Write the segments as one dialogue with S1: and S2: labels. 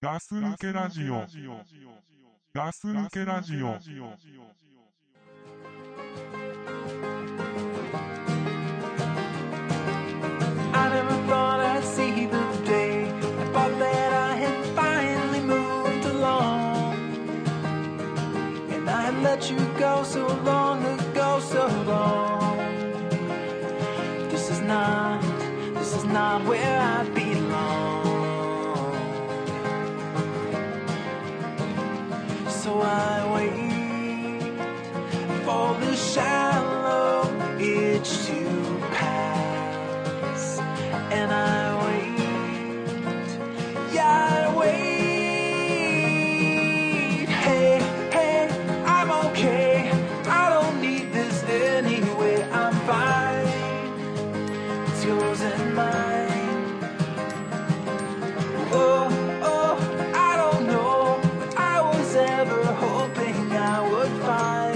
S1: ガス抜けラジオ。ガス抜けラジオ。
S2: I never thought I'd see the day. I thought that I had finally moved along. And I had let you go so long ago, so long. This is not, this is not where I belong. So I wait for the shallow itch to pass and I wait. Yeah, I wait. Hey, hey, I'm okay. I don't need this anyway. I'm fine. It's yours and mine. Oh, oh, I don't know. what I was ever hoping I would find.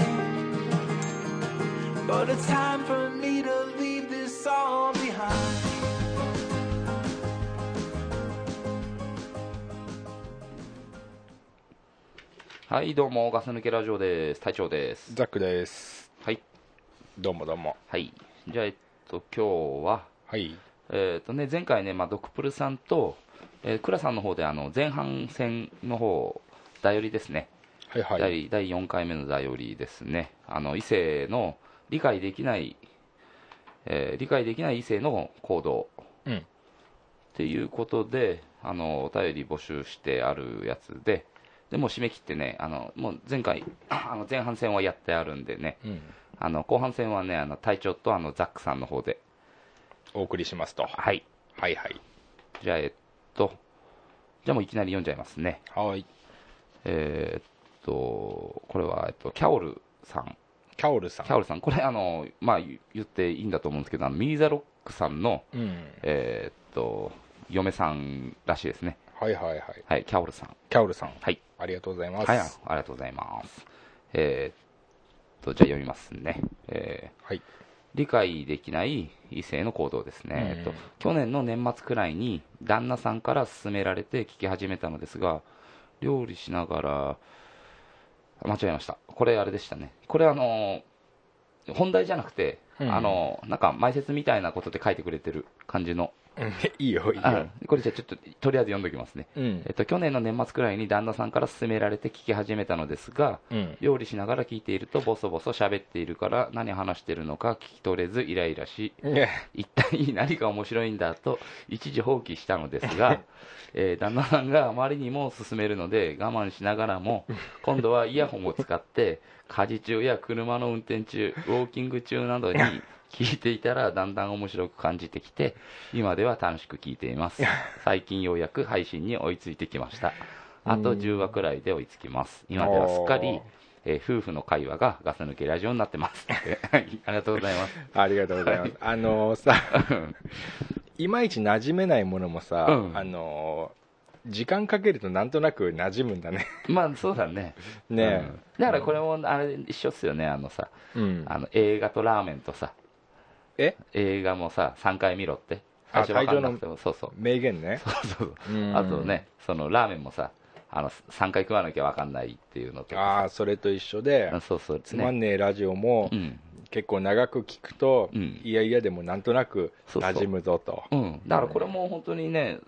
S2: But it's time for me to leave this all behind.
S3: はい、どうも、ガス抜けラジオです。隊長です。
S4: ザックです。
S3: はい。
S4: どうもどうも。
S3: はい。じゃあ、えっと、今日は、
S4: はい。
S3: えっとね、前回ね、まあ、ドクプルさんと、えークラさんの方で、あの、前半戦の方、だよりですね。
S4: はいは
S3: 第
S4: い。
S3: 第4回目のだよりですね。あの、異性の理解できない、えー理解できない異性の行動。
S4: うん
S3: っていうことで、あの、お便り募集してあるやつで、でもう締め切ってね、あの、もう前回、あの前半戦はやってあるんでね、
S4: うん。
S3: あの後半戦はね、あの隊長とあのザックさんの方で、
S4: お送りしますと。は
S3: はい、
S4: いはい。
S3: じゃあ、えっと、じゃあもういきなり読んじゃいますね、
S4: はい。
S3: えーっと、これは、えっと、キャオルさん、
S4: キャオルさん。
S3: キャオルさん、これ、あのまあ、言言っていいんだと思うんですけど、あのミーザロックさんの、
S4: うん。
S3: えーっと、嫁さんらしいですね、
S4: はいはいはい。
S3: はい、キャオルさん、
S4: キャオルさん。
S3: はい、
S4: ありがとうございます。
S3: はい、ありがとうございます。えーっと、じゃあ読みますね。えー
S4: はい。
S3: 理解できない異性の行動ですね、
S4: うん
S3: えっと、去年の年末くらいに旦那さんから勧められて聞き始めたのですが料理しながらあ間違えましたこれあれでしたねこれあのー本題じゃなくて、
S4: うん
S3: あのーなんか前説みたいなことで書いてくれてる感じの、
S4: うんいいよいい
S3: あ
S4: よ。
S3: これじゃあちょっととりあえず読んでおきますね、
S4: うん
S3: えっ。と、去年の年末くらいに旦那さんから勧められて聞き始めたのですが、
S4: うん。
S3: 料理しながら聞いているとボソボソ喋っているから何話してるのか聞き取れずイライラし
S4: ね
S3: 一体何が面白いんだと一時放棄したのです が、えー旦那さんがあまりにも勧めるので我慢しながらも今度はイヤホンを使って家事中や車の運転中ウォーキング中など に聞いていたらだんだん面白く感じてきて今では楽しく聞いてい ます最近ようやく配信に追いついてきましたあと10話くらいで追いつきます今ではすっかり
S4: おー、
S3: えー夫婦の会話がガス抜けラジオになってます はいありがとうございます
S4: ありがとうございます。あの ーさ、いまいち馴染めないものもさ、
S3: うん
S4: あのー時間かけるとなんとなく馴染むんだね。
S3: まあそうだね
S4: ね
S3: うんだからこれもあれ一緒っすよねあのさ
S4: え。うん。
S3: あの映画とラーメンとさ
S4: え
S3: 映画もさ3回見ろって最
S4: あ
S3: 初分かんなくてもそうそう
S4: 名言ね。
S3: そうそう
S4: うん
S3: あとねそのラーメンもさあの3回食わなきゃ分かんないっていうのとか
S4: ああ、それと一緒で
S3: あ、そうそう
S4: つまん
S3: ね
S4: ねえラジオも、
S3: うん
S4: 結構長く聞くと、
S3: うん
S4: いやいやでもなんとなく
S3: そうそう
S4: 馴染むぞと
S3: うん、だからこれも本当にね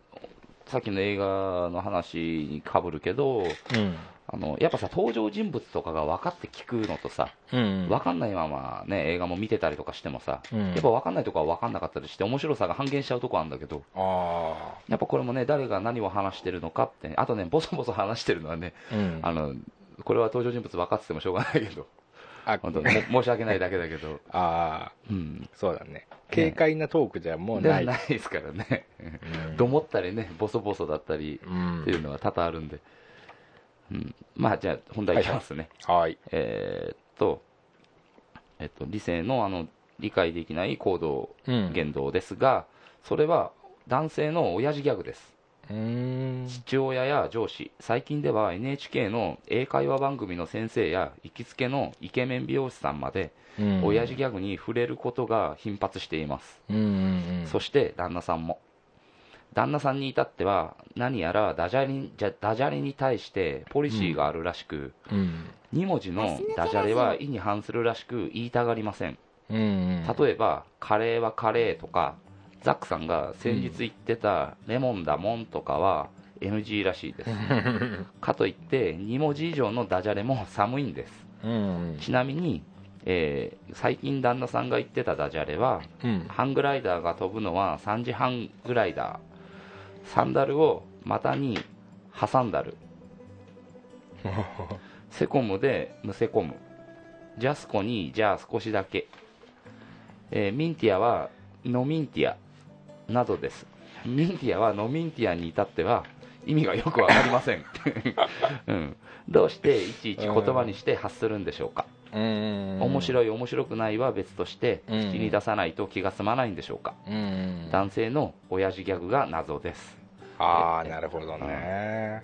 S3: さっきの映画の話にかぶるけど
S4: うん
S3: あのやっぱさ登場人物とかが分かって聞くのとさ
S4: うん
S3: 分かんないままね映画も見てたりとかしてもさ、
S4: うん
S3: やっぱ分かんないとこは分かんなかったりして面白さが半減しちゃうとこあるんだけど
S4: あ
S3: やっぱこれもね誰が何を話してるのかってあとねボソボソ話してるのはね、
S4: あうん
S3: あのこれは登場人物分かっててもしょうがないけど
S4: あ
S3: 本当も申し訳ないだけだけど、
S4: あ
S3: うん、
S4: ーそうだね軽快なトークじゃもう
S3: で
S4: な、
S3: はいないですからね
S4: うん
S3: どもったりねボソボソだったり
S4: うん
S3: っていうのは多々あるんで、うん、まあじゃあ本題いきますね、
S4: はい
S3: えーっと、えっと、理性のあの理解できない行動、
S4: うん
S3: 言動ですが、それは男性の親父ギャグです。
S4: うーん
S3: 父親や上司、最近では NHK の英会話番組の先生や行きつけのイケメン美容師さんまで、
S4: うん
S3: 親父ギャグに触れることが頻発しています。
S4: うんうんうん
S3: そして旦那さんも。旦那さんに至っては何やらダジャレにじゃダジャレに対してポリシーがあるらしく、
S4: うん
S3: 2文字のダジャレは意に反するらしく言いたがりません
S4: うん
S3: 例えば「カレーはカレー」とかザックさんが先日言ってた「レモンだもん」とかは NG らし いですかといって2文字以上のダジャレも寒いんです
S4: うん
S3: ちなみに、えー最近旦那さんが言ってたダジャレは
S4: うん
S3: ハングライダーが飛ぶのは3時半グライダーサンダルを股に挟んだ るセコムでムセコムジャスコにじゃあ少しだけ、えーミンティアはノミンティアなどですミンティアはノミンティアに至っては意味がよくわかりませ ん、うん、どうしていちいち言葉にして発するんでしょうか
S4: うん
S3: 面
S4: い
S3: 白い面白くないは別として口
S4: うん
S3: に出さないと気が済まないんでしょうか
S4: うん
S3: 男性の親父ギャグが謎です
S4: ああなるほどね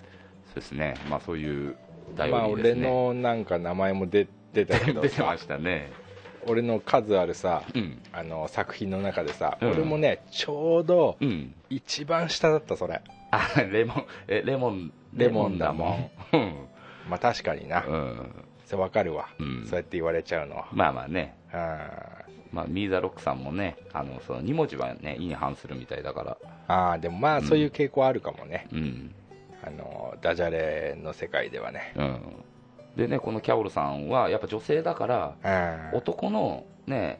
S3: そうですねまあそういう頼
S4: まあ
S3: りで
S4: 俺
S3: すね、
S4: のなんか名前も出出たけど
S3: 出てましたね
S4: 俺の数あるさ
S3: うん
S4: あの作品の中でさ、
S3: うん
S4: 俺もねちょうど
S3: うん
S4: 一番下だったそれ
S3: あレモンえレモン
S4: レモンだもん
S3: レモン
S4: まあ確かにな
S3: だもんうん
S4: それわかるわ、
S3: うん
S4: そうやって言われちゃうの
S3: まあまあね
S4: あ
S3: まあ、ミーザロックさんもねあのその2文字はね意に反するみたいだから
S4: あーでもまあそういう傾向あるかもね、
S3: うん
S4: あのダジャレの世界ではね
S3: うんでねこのキャオルさんはやっぱ女性だから
S4: あー
S3: 男のね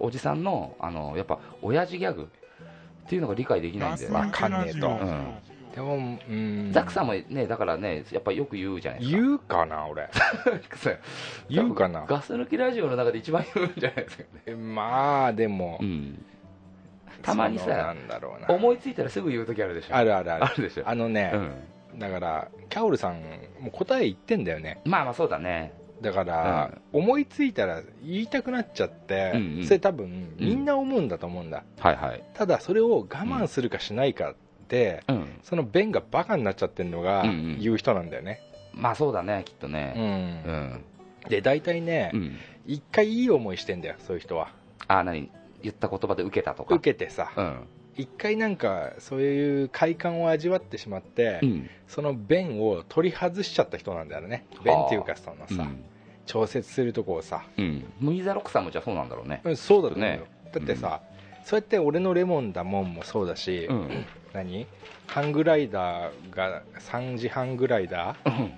S3: おじさんのあのやっぱ親父ギャグっていうのが理解できないんだよね
S4: わかんねえと
S1: うん
S4: でもうん
S3: ザックさんもねだからねやっぱよく言うじゃないですか
S4: 言うかな俺
S3: そう
S4: 言うかな
S3: ガス抜きラジオの中で一番言うんじゃないですかね、
S4: まあでも、
S3: うん、たまにさ
S4: そのなんだろうな
S3: 思いついたらすぐ言う時あるでしょ
S4: あるあるある
S3: あるでしょ
S4: あのね、
S3: うん、
S4: だからキャオルさんもう答え言ってんだよね
S3: まあまあそうだね
S4: だから、思いついたら言いたくなっちゃって、
S3: うんうん
S4: それ多分みんな思うんだと思うんだ、
S3: はいはい
S4: ただそれを我慢するかしないかって、
S3: うん
S4: その弁がバカになっちゃってるのが
S3: うんうん
S4: 言う人なんだよね、
S3: まあそうだねきっと
S4: う
S3: ね
S4: ん
S3: うん、
S4: で大体ね
S3: うん
S4: 一、回いい思いしてんだよそういう人は
S3: あ何言った言葉で受けたとか
S4: 受けてさ
S3: うん
S4: 一、回なんかそういう快感を味わってしまって、
S3: うん
S4: その弁を取り外しちゃった人なんだよね弁っていうかその
S3: う
S4: さ、
S3: ん
S4: 調節するとこをさ、
S3: うんムイザロックさんもじゃあそうなんだろうね
S4: うん、そうだと思うよ、
S3: ちょっ
S4: だってさ、そうやって俺のレモンだもんもそうだし、
S3: うん
S4: 何ハングライダーが3時半グライダー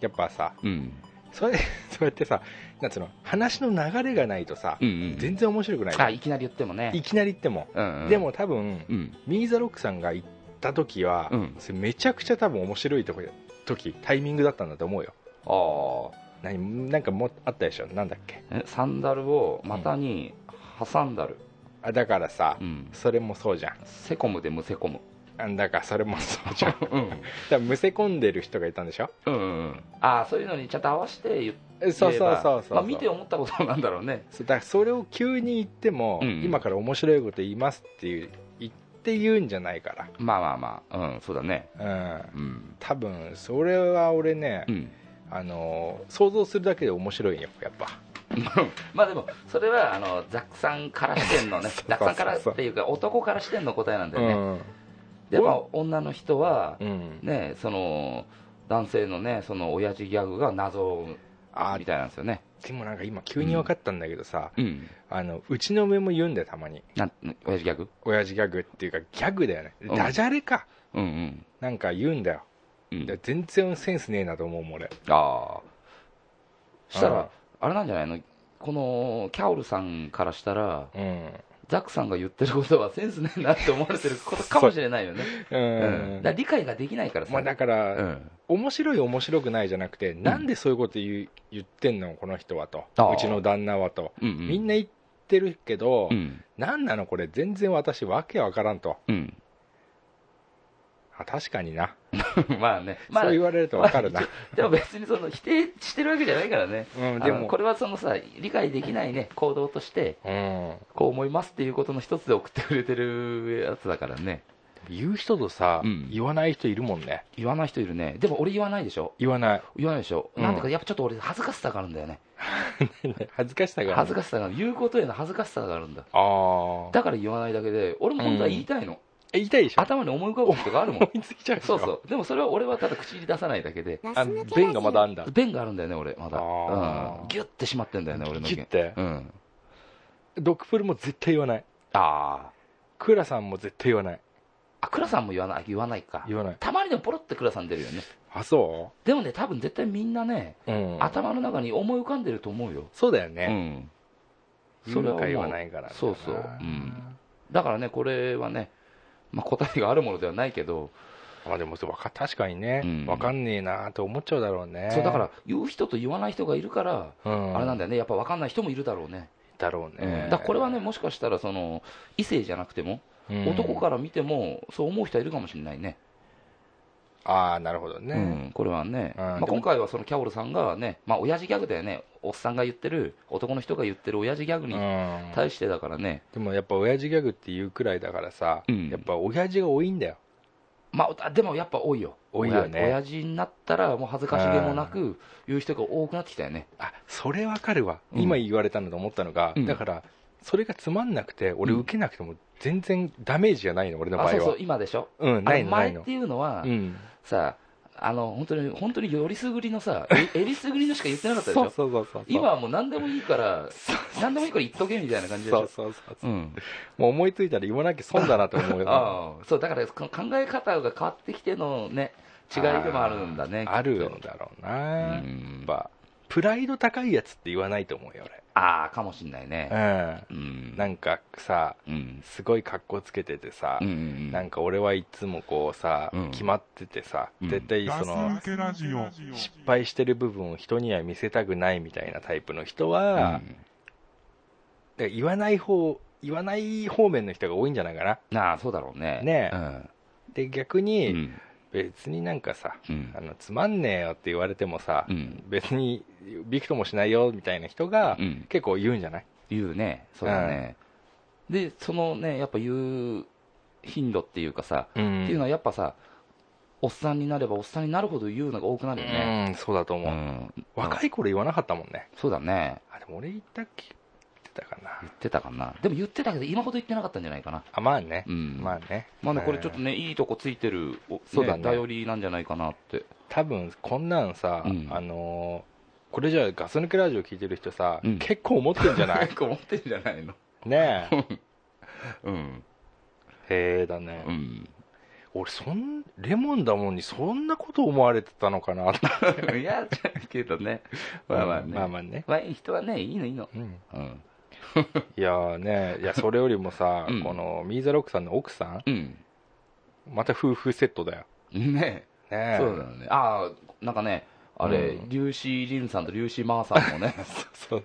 S4: やっぱさ
S3: うん
S4: それ そうやってさなんつうの話の流れがないとさ、
S3: うんうん
S4: 全然面白くない、
S3: あいきなり言ってもね
S4: いきなり言っても、
S3: うんうん
S4: でも多分、
S3: うん
S4: ミーザロックさんが行った時は、
S3: うん
S4: それめちゃくちゃ多分面白いとこ時タイミングだったんだと思うよ
S3: あ
S4: 何なんかもあったでしょなんだっけ
S3: あえサンダルを股に挟んだる
S4: あだからさ、
S3: うん
S4: それもそうじゃん
S3: セコムでむせ込む
S4: あだからそれもそ うじゃんだか
S3: うん
S4: らむせ込んでる人がいたんでしょ
S3: うんうんああそういうのにちゃんと合わせて言って
S4: えそうそうそうそう、
S3: まあ、見て思ったことなんだろうね
S4: そうだからそれを急に言っても、
S3: うん
S4: 今から面白いこと言いますっていう言って言うんじゃないか
S3: まあまあまあうんそうだね
S4: ら、うん、
S3: うん
S4: 多分それは俺ね、
S3: うん
S4: あの想像するだけで面白いよやっぱ
S3: まあでもそれはあのザックさんから視点の ねザックさんからっていうか男から視点の答えなんだよね、でやっぱ女の人は
S4: うん、うん、
S3: ねその男性のねその親父ギャグが謎
S4: あー
S3: みたいなんですよね
S4: でもなんか今急に分かったんだけどさ、
S3: うん
S4: あのうちの上も言うんだよたまに
S3: なん親父ギャグ
S4: 親父ギャグっていうかギャグだよね、
S3: うん
S4: ダジャレか
S3: うんうん
S4: なんか言うんだよ、
S3: うん
S4: で全然センスねえなと思うもん俺
S3: ああした
S4: うん
S3: らあれなんじゃないのこのキャオルさんからしたら
S4: うん
S3: ザックさんが言ってることはセンスねえなって思われてることかもしれないよね、
S4: うん、
S3: うん、だから理解ができないからさ、
S4: まあ、だから、
S3: うん、
S4: 面白い面白くないじゃなくて、なんでそういうこと言う言ってんのこの人はと
S3: あー
S4: うちの旦那はと、
S3: うんうん、
S4: みんな言ってるけど、
S3: うん
S4: なんなのこれ全然私わけわからんと
S3: うん、
S4: あ確かにな、
S3: まあね、まあ、
S4: そう言われるとわかるな、
S3: でも別にその否定してるわけじゃないからね、
S4: うんで
S3: あの
S4: も
S3: これはそのさ理解できない、ね、行動として、
S4: うん、
S3: こう思いますっていうことの一つで送ってくれてるやつだからね、
S4: 言う人とさ、
S3: うん
S4: 言わない人いるもんね
S3: 言わない人いるね、でも俺言わないでしょ、
S4: 言 わない
S3: 言わないでしょ、
S4: うん
S3: なんでか、やっぱちょっと俺、恥ずかしさがあるんだよね、
S4: 恥ずかしさが
S3: 恥ず
S4: か
S3: かしさがある、言うことへの恥ずかしさがあるんだ、
S4: あー
S3: だから言わないだけで、俺も本当は言いたいの、
S4: え痛いでしょ
S3: 頭に思い浮かぶことがあるもん
S4: 思いつきちゃうでし
S3: そ
S4: ょ
S3: うそうでもそれは俺はただ口に出さないだけで
S4: あ弁がまだあんだ
S3: 弁があるんだよね俺まだ、
S4: あー
S3: うん、ギュッてしまってんだよね俺の
S4: ギュッて
S3: うん
S4: ドクプルも絶対言わない
S3: あー
S4: クーラさんも絶対言わない
S3: あ倉さんも言わない言わないか
S4: 言わない
S3: たまにでもポロって倉さん出るよね
S4: あそ
S3: でもね多分絶対みんなね、
S4: ううん
S3: 頭の中に思い浮かんでると思うよ、
S4: そうだよ
S3: う
S4: ね
S3: ん
S4: それは
S3: もう
S4: 言わないから
S3: そうそう、うん、だからねこれはね、まあ、答えがあるものではないけど、
S4: まあでもそうわか確かにね、
S3: うん
S4: わかんねえなと思っちゃうだろうね
S3: そうだから言う人と言わない人がいるから、
S4: うん
S3: あれなんだよねやっぱ分かんない人もいるだろうね、
S4: だろう
S3: う
S4: ね
S3: んだからこれはねもしかしたらその異性じゃなくても、
S4: うん
S3: 男から見てもそう思う人はいるかもしれないね
S4: ああなるほどね、
S3: うん、これはね、
S4: うん
S3: まあ、
S4: でも
S3: 今回はそのキャオルさんがね、まあ親父ギャグだよね、おっさんが言ってる、男の人が言ってる親父ギャグに
S4: うん
S3: 対してだからね、
S4: でもやっぱ親父ギャグっていうくらいだからさ、
S3: うん
S4: やっぱ親父が多いんだよ
S3: まあ、あでもやっぱ多いよ、
S4: 多いよね
S3: 親親父になったら、もう恥ずかしげもなく言う人が多くなってきたよね、
S4: あそれわかるわ、
S3: うん
S4: 今言われたんだと思ったのが、
S3: うん
S4: だからそれがつまんなくて俺
S3: うん
S4: 受けなくても全然ダメージがないの俺の場合
S3: あそ
S4: は
S3: うそう、今でしょ、
S4: うんないの
S3: あの
S4: な
S3: 前
S4: い
S3: っ
S4: の
S3: ていうのは、
S4: うん
S3: さあの本当に、本当によりすぐりのさ、 ええりすぐりのしか言ってなかったでし
S4: そ
S3: ょ
S4: う、そうそうそう
S3: 今はもう何でもいいから、何でもいいから言っとけみたいな感じでし
S4: そう
S3: ょ。
S4: そうそうそう、
S3: うん
S4: もう思いついたら言わなきゃ損だなと思う よ
S3: ああそうだからこの考え方が変わってきてのね違いでもあるんだね
S4: あーある
S3: きっ
S4: ん
S3: と
S4: だろう
S3: う
S4: な、や
S3: ん
S4: っぱプライド高いやつって言わないと思うよ
S3: ああかもしんないね
S4: 俺
S3: う
S4: うんんなんかさ
S3: うん
S4: すごい格好つけててさ、
S3: うん
S4: なんか俺はいつもこうさ、
S3: うん
S4: 決まっててさ、
S3: うん
S4: 絶対
S1: ガ
S4: そ
S1: ス抜
S4: の
S1: けラジオ。
S4: 失敗してる部分を人には見せたくないみたいなタイプの人は、だから言わない方言わない方面の人が多いんじゃないかな
S3: うんああそうだろうね
S4: ね
S3: うん
S4: で逆
S3: う
S4: に、
S3: ん
S4: 別になんかさ
S3: うん
S4: あのつまんねえよって言われてもさ、
S3: うん
S4: 別にびくともしないよみたいな人が、
S3: うん
S4: 結構言うんじゃない
S3: 言うねそうだねでそのねやっぱ言う頻度っていうかさ
S4: うん
S3: っていうのはやっぱさおっさんになればおっさんになるほど言うのが多くなるよね
S4: うんそうだと思う、
S3: うん
S4: 若い頃言わなかったもんね
S3: そうだね
S4: あでも俺言ったっけ言ってたかな
S3: 言ってたかなでも言ってたけど今ほど言ってなかったんじゃないかな
S4: あまあね、
S3: うん
S4: まあね
S3: まあね、これちょっと
S4: うん
S3: ね、いいとこついてる、お
S4: そうだね
S3: 頼りなんじゃないかなって。
S4: 多分こんなんさ、
S3: うん
S4: あのーこれじゃあガス抜けラジオ聞いてる人さ、
S3: うん
S4: 結構思ってんじ ゃない
S3: 構持ってんじゃないの
S4: ねえ
S3: うん。
S4: へえだね、
S3: うん。
S4: 俺そんレモンだもんにそんなこと思われてたのかな
S3: いや、じゃあけどね。 まあまあね。
S4: まあまあね、
S3: まあいい人はね、いいのいいの。
S4: うん、
S3: うん。
S4: いやーねいやそれよりもさ、
S3: うん
S4: このミーザロックさんの奥さん
S3: うん。
S4: また夫婦セットだよ
S3: ね
S4: ねえ
S3: そうだね。ああ、なんかね、あれ
S4: う、ん
S3: リューシー・リンさんとリューシー・マーさんも ね、
S4: そう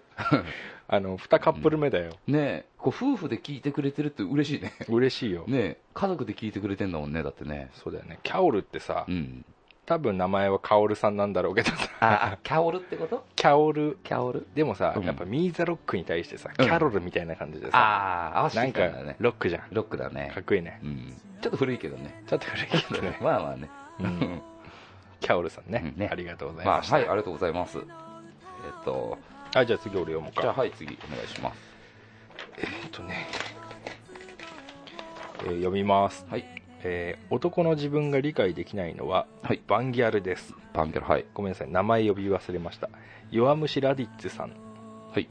S4: あの2カップル目だよ、
S3: ねこう夫婦で聞いてくれてるって嬉しいね。
S4: 嬉しいよ、
S3: ね家族で聞いてくれてんだもんね、だってね。
S4: そうだよねキャオルってさ、
S3: うん。
S4: 多分名前はカオルさんなんだろうけどさ
S3: ああ、キャオルってこと
S4: キャオル
S3: キャオル
S4: でもさ、
S3: うん
S4: やっぱミーザロックに対してさ、
S3: うん
S4: キャロルみたいな感じでさ、
S3: ああ、合わせ
S4: な
S3: て
S4: ん
S3: き
S4: か
S3: たんだね。
S4: ロックじゃん、
S3: ロックだね
S4: かっ。こいいね、
S3: うんちょっと古いけどね。
S4: ちょっと古いけどね、
S3: まあまあね。
S4: うんキャオルさんね
S3: うんね
S4: ありがとうござい
S3: まあ、
S4: ました、
S3: はい、ありがとうございます。えっと、
S4: あじゃあ次俺読もう
S3: じゃあ、
S4: か、
S3: はい、次、お願いします。
S4: えっとねえー読みます、
S3: はい、
S4: えー男の自分が理解できないのは、
S3: はい
S4: バンギャルです
S3: パンケル、はい。
S4: ごめんなさい名前呼び忘れました弱虫ラディッツさん、
S3: はい、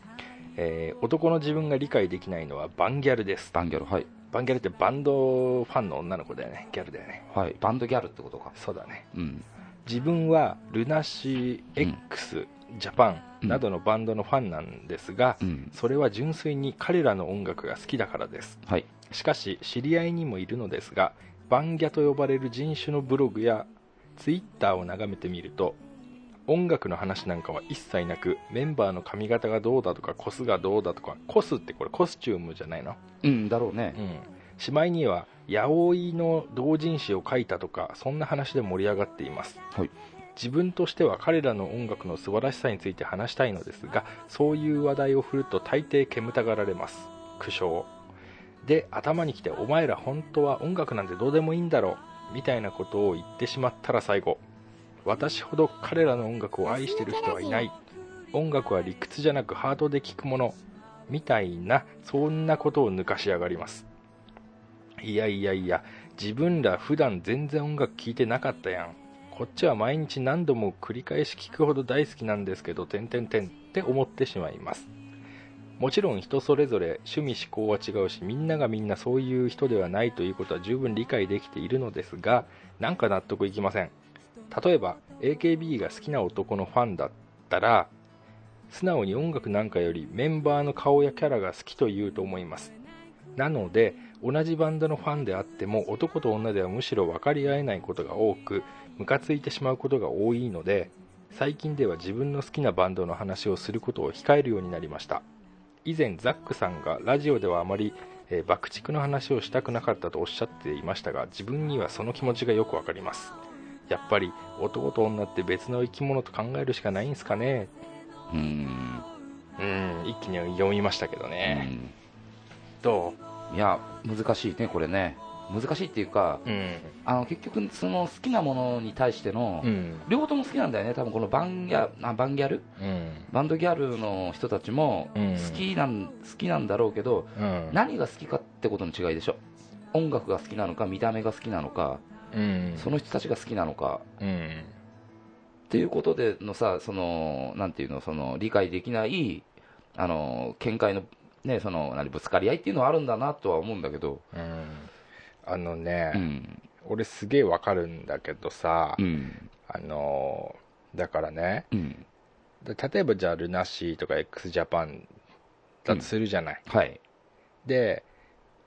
S4: えー男の自分が理解できないのはバンギャルです
S3: バンギャル、はい。
S4: バンギャルってバンドファンの女の子だよねギャルだよね
S3: はい、バンドギャルってことか。
S4: そうだね
S3: うん。
S4: 自分はルナシー X ジャパ
S3: う
S4: ン
S3: ん
S4: などのバンドのファンなんですが、
S3: うん。
S4: それは純粋に彼らの音楽が好きだからです
S3: はい。
S4: しかし知り合いにもいるのですがバンギャと呼ばれる人種のブログやツイッターを眺めてみると音楽の話なんかは一切なくメンバーの髪型がどうだとかコスがどうだとかコスってこれコスチュームじゃないの
S3: うん、だろうね
S4: う。んしまいには八百いの同人誌を書いたとかそんな話で盛り上がっています、
S3: はい
S4: 自分としては彼らの音楽の素晴らしさについて話したいのですがそういう話題を振ると大抵煙たがられます苦笑で頭にきて「お前ら本当は音楽なんてどうでもいいんだろう」みたいなことを言ってしまったら最後私ほど彼らの音楽を愛してる人はいない音楽は理屈じゃなくハートで聴くものみたいなそんなことを抜かし上がりますいやいやいや自分ら普段全然音楽聴いてなかったやんこっちは毎日何度も繰り返し聴くほど大好きなんですけど点点点って思ってしまいますもちろん人それぞれ趣味思考は違うしみんながみんなそういう人ではないということは十分理解できているのですがなんか納得いきません例えば AKB が好きな男のファンだったら素直に音楽なんかよりメンバーの顔やキャラが好きと言うと思いますなので同じバンドのファンであっても男と女ではむしろ分かり合えないことが多くムカついてしまうことが多いので最近では自分の好きなバンドの話をすることを控えるようになりました以前ザックさんがラジオではあまり、えー爆竹の話をしたくなかったとおっしゃっていましたが自分にはその気持ちがよくわかりますやっぱり男と女って別の生き物と考えるしかないんすかね
S3: うーん
S4: うん一気に読みましたけど
S3: う
S4: ね、
S3: ん
S4: ど
S3: いや難しいねこれね難しいっていうか
S4: ううん
S3: あの結局その好きなものに対しての、
S4: うん
S3: 両方とも好きなんだよね多分このバンギャあバンギャル
S4: うん
S3: バンドギャルの人たちも
S4: うん
S3: 好きなん好きなんだろうけど
S4: うん
S3: 何が好きかってことの違いでしょ音楽が好きなのか見た目が好きなのか
S4: うん
S3: その人たちが好きなのか
S4: うん
S3: っていうことでのさそのなんていうのその理解できないあの見解のねその何ぶつかり合いっていうのはあるんだなとは思うんだけど
S4: うんあの
S3: う
S4: ね、
S3: ん
S4: 俺すげえわかるんだけどさ、
S3: うん
S4: あのーだからね
S3: うん
S4: で例えばじゃあルナシーとか x ジャパンだとするじゃない、
S3: はい
S4: で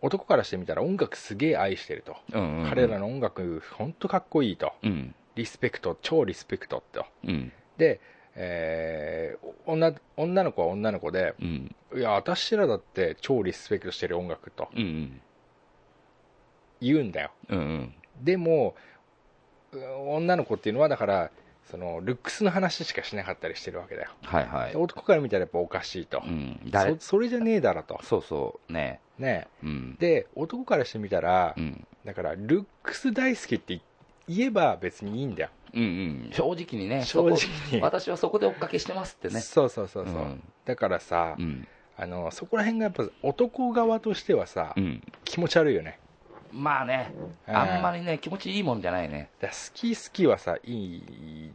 S4: 男からしてみたら音楽すげえ愛してると、
S3: うんうん
S4: 彼らの音楽ほんとかっこいいと
S3: うん
S4: リスペクト超リスペクトと
S3: うん
S4: で、えー女女の子は女の子で
S3: うん
S4: いや私らだって超リスペクトしてる音楽と
S3: うん
S4: 言うんだよ
S3: うんうん
S4: でもう女の子っていうのはだからそのルックスの話しかしなかったりしてるわけだよ、
S3: はいはい
S4: で男から見たらやっぱおかしいと、
S3: うん
S4: そ
S3: 誰
S4: それじゃねえだろと
S3: そうそうね
S4: ね
S3: うん
S4: で男からしてみたら、
S3: うん
S4: だからルックス大好きって言えば別にいいんだよ
S3: うんうん正直にね
S4: 正直
S3: そこ
S4: に
S3: 私はそこで追っかけしてますってね
S4: そうそうそうそう、
S3: うん
S4: だからさ、
S3: うん
S4: あのそこら辺がやっぱ男側としてはさ、
S3: うん
S4: 気持ち悪いよね
S3: まあね
S4: うん
S3: あんまりね気持ちいいもんじゃないね
S4: だから好き好きはさいい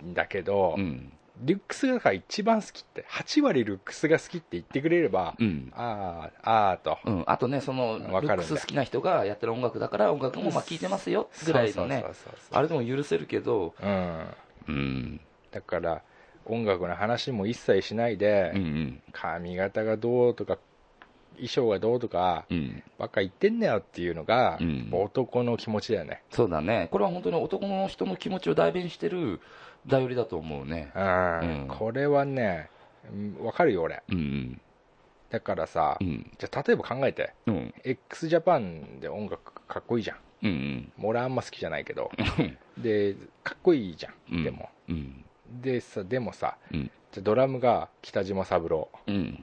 S4: んだけど、
S3: うん
S4: ルックスがだから一番好きって8割ルックスが好きって言ってくれれば、
S3: うん
S4: ああああと
S3: うん、あとね、そのル
S4: わ
S3: ッ
S4: かるんだ
S3: クス好きな人がやってる音楽だから、音楽もまあ聴いてますよぐらいのね
S4: そう、そうそうそう
S3: あれでも許せるけど、
S4: うん
S3: うん、
S4: だから音楽の話も一切しないで、
S3: うん、うん、
S4: 髪型がどうとか衣装がどうとか
S3: うん、
S4: ばっか言ってんねよっていうのが、
S3: うん
S4: 男の気持ちだよね
S3: そうだね、これは本当に男の人の気持ちを代弁してる頼りだと思うね、
S4: うん、
S3: うん
S4: これはねうんわかるよ俺
S3: うん、
S4: だからさ、
S3: うん、
S4: じゃあ例えば考えて
S3: うん、うん、
S4: x ジャパンで音楽かっこいいじゃん
S3: うん、
S4: もう俺あんま好きじゃないけど
S3: うん
S4: でかっこいいじゃん、
S3: うん
S4: でも
S3: うん、
S4: でさでもさ
S3: うん、
S4: じゃあドラムが北島三郎
S3: うん、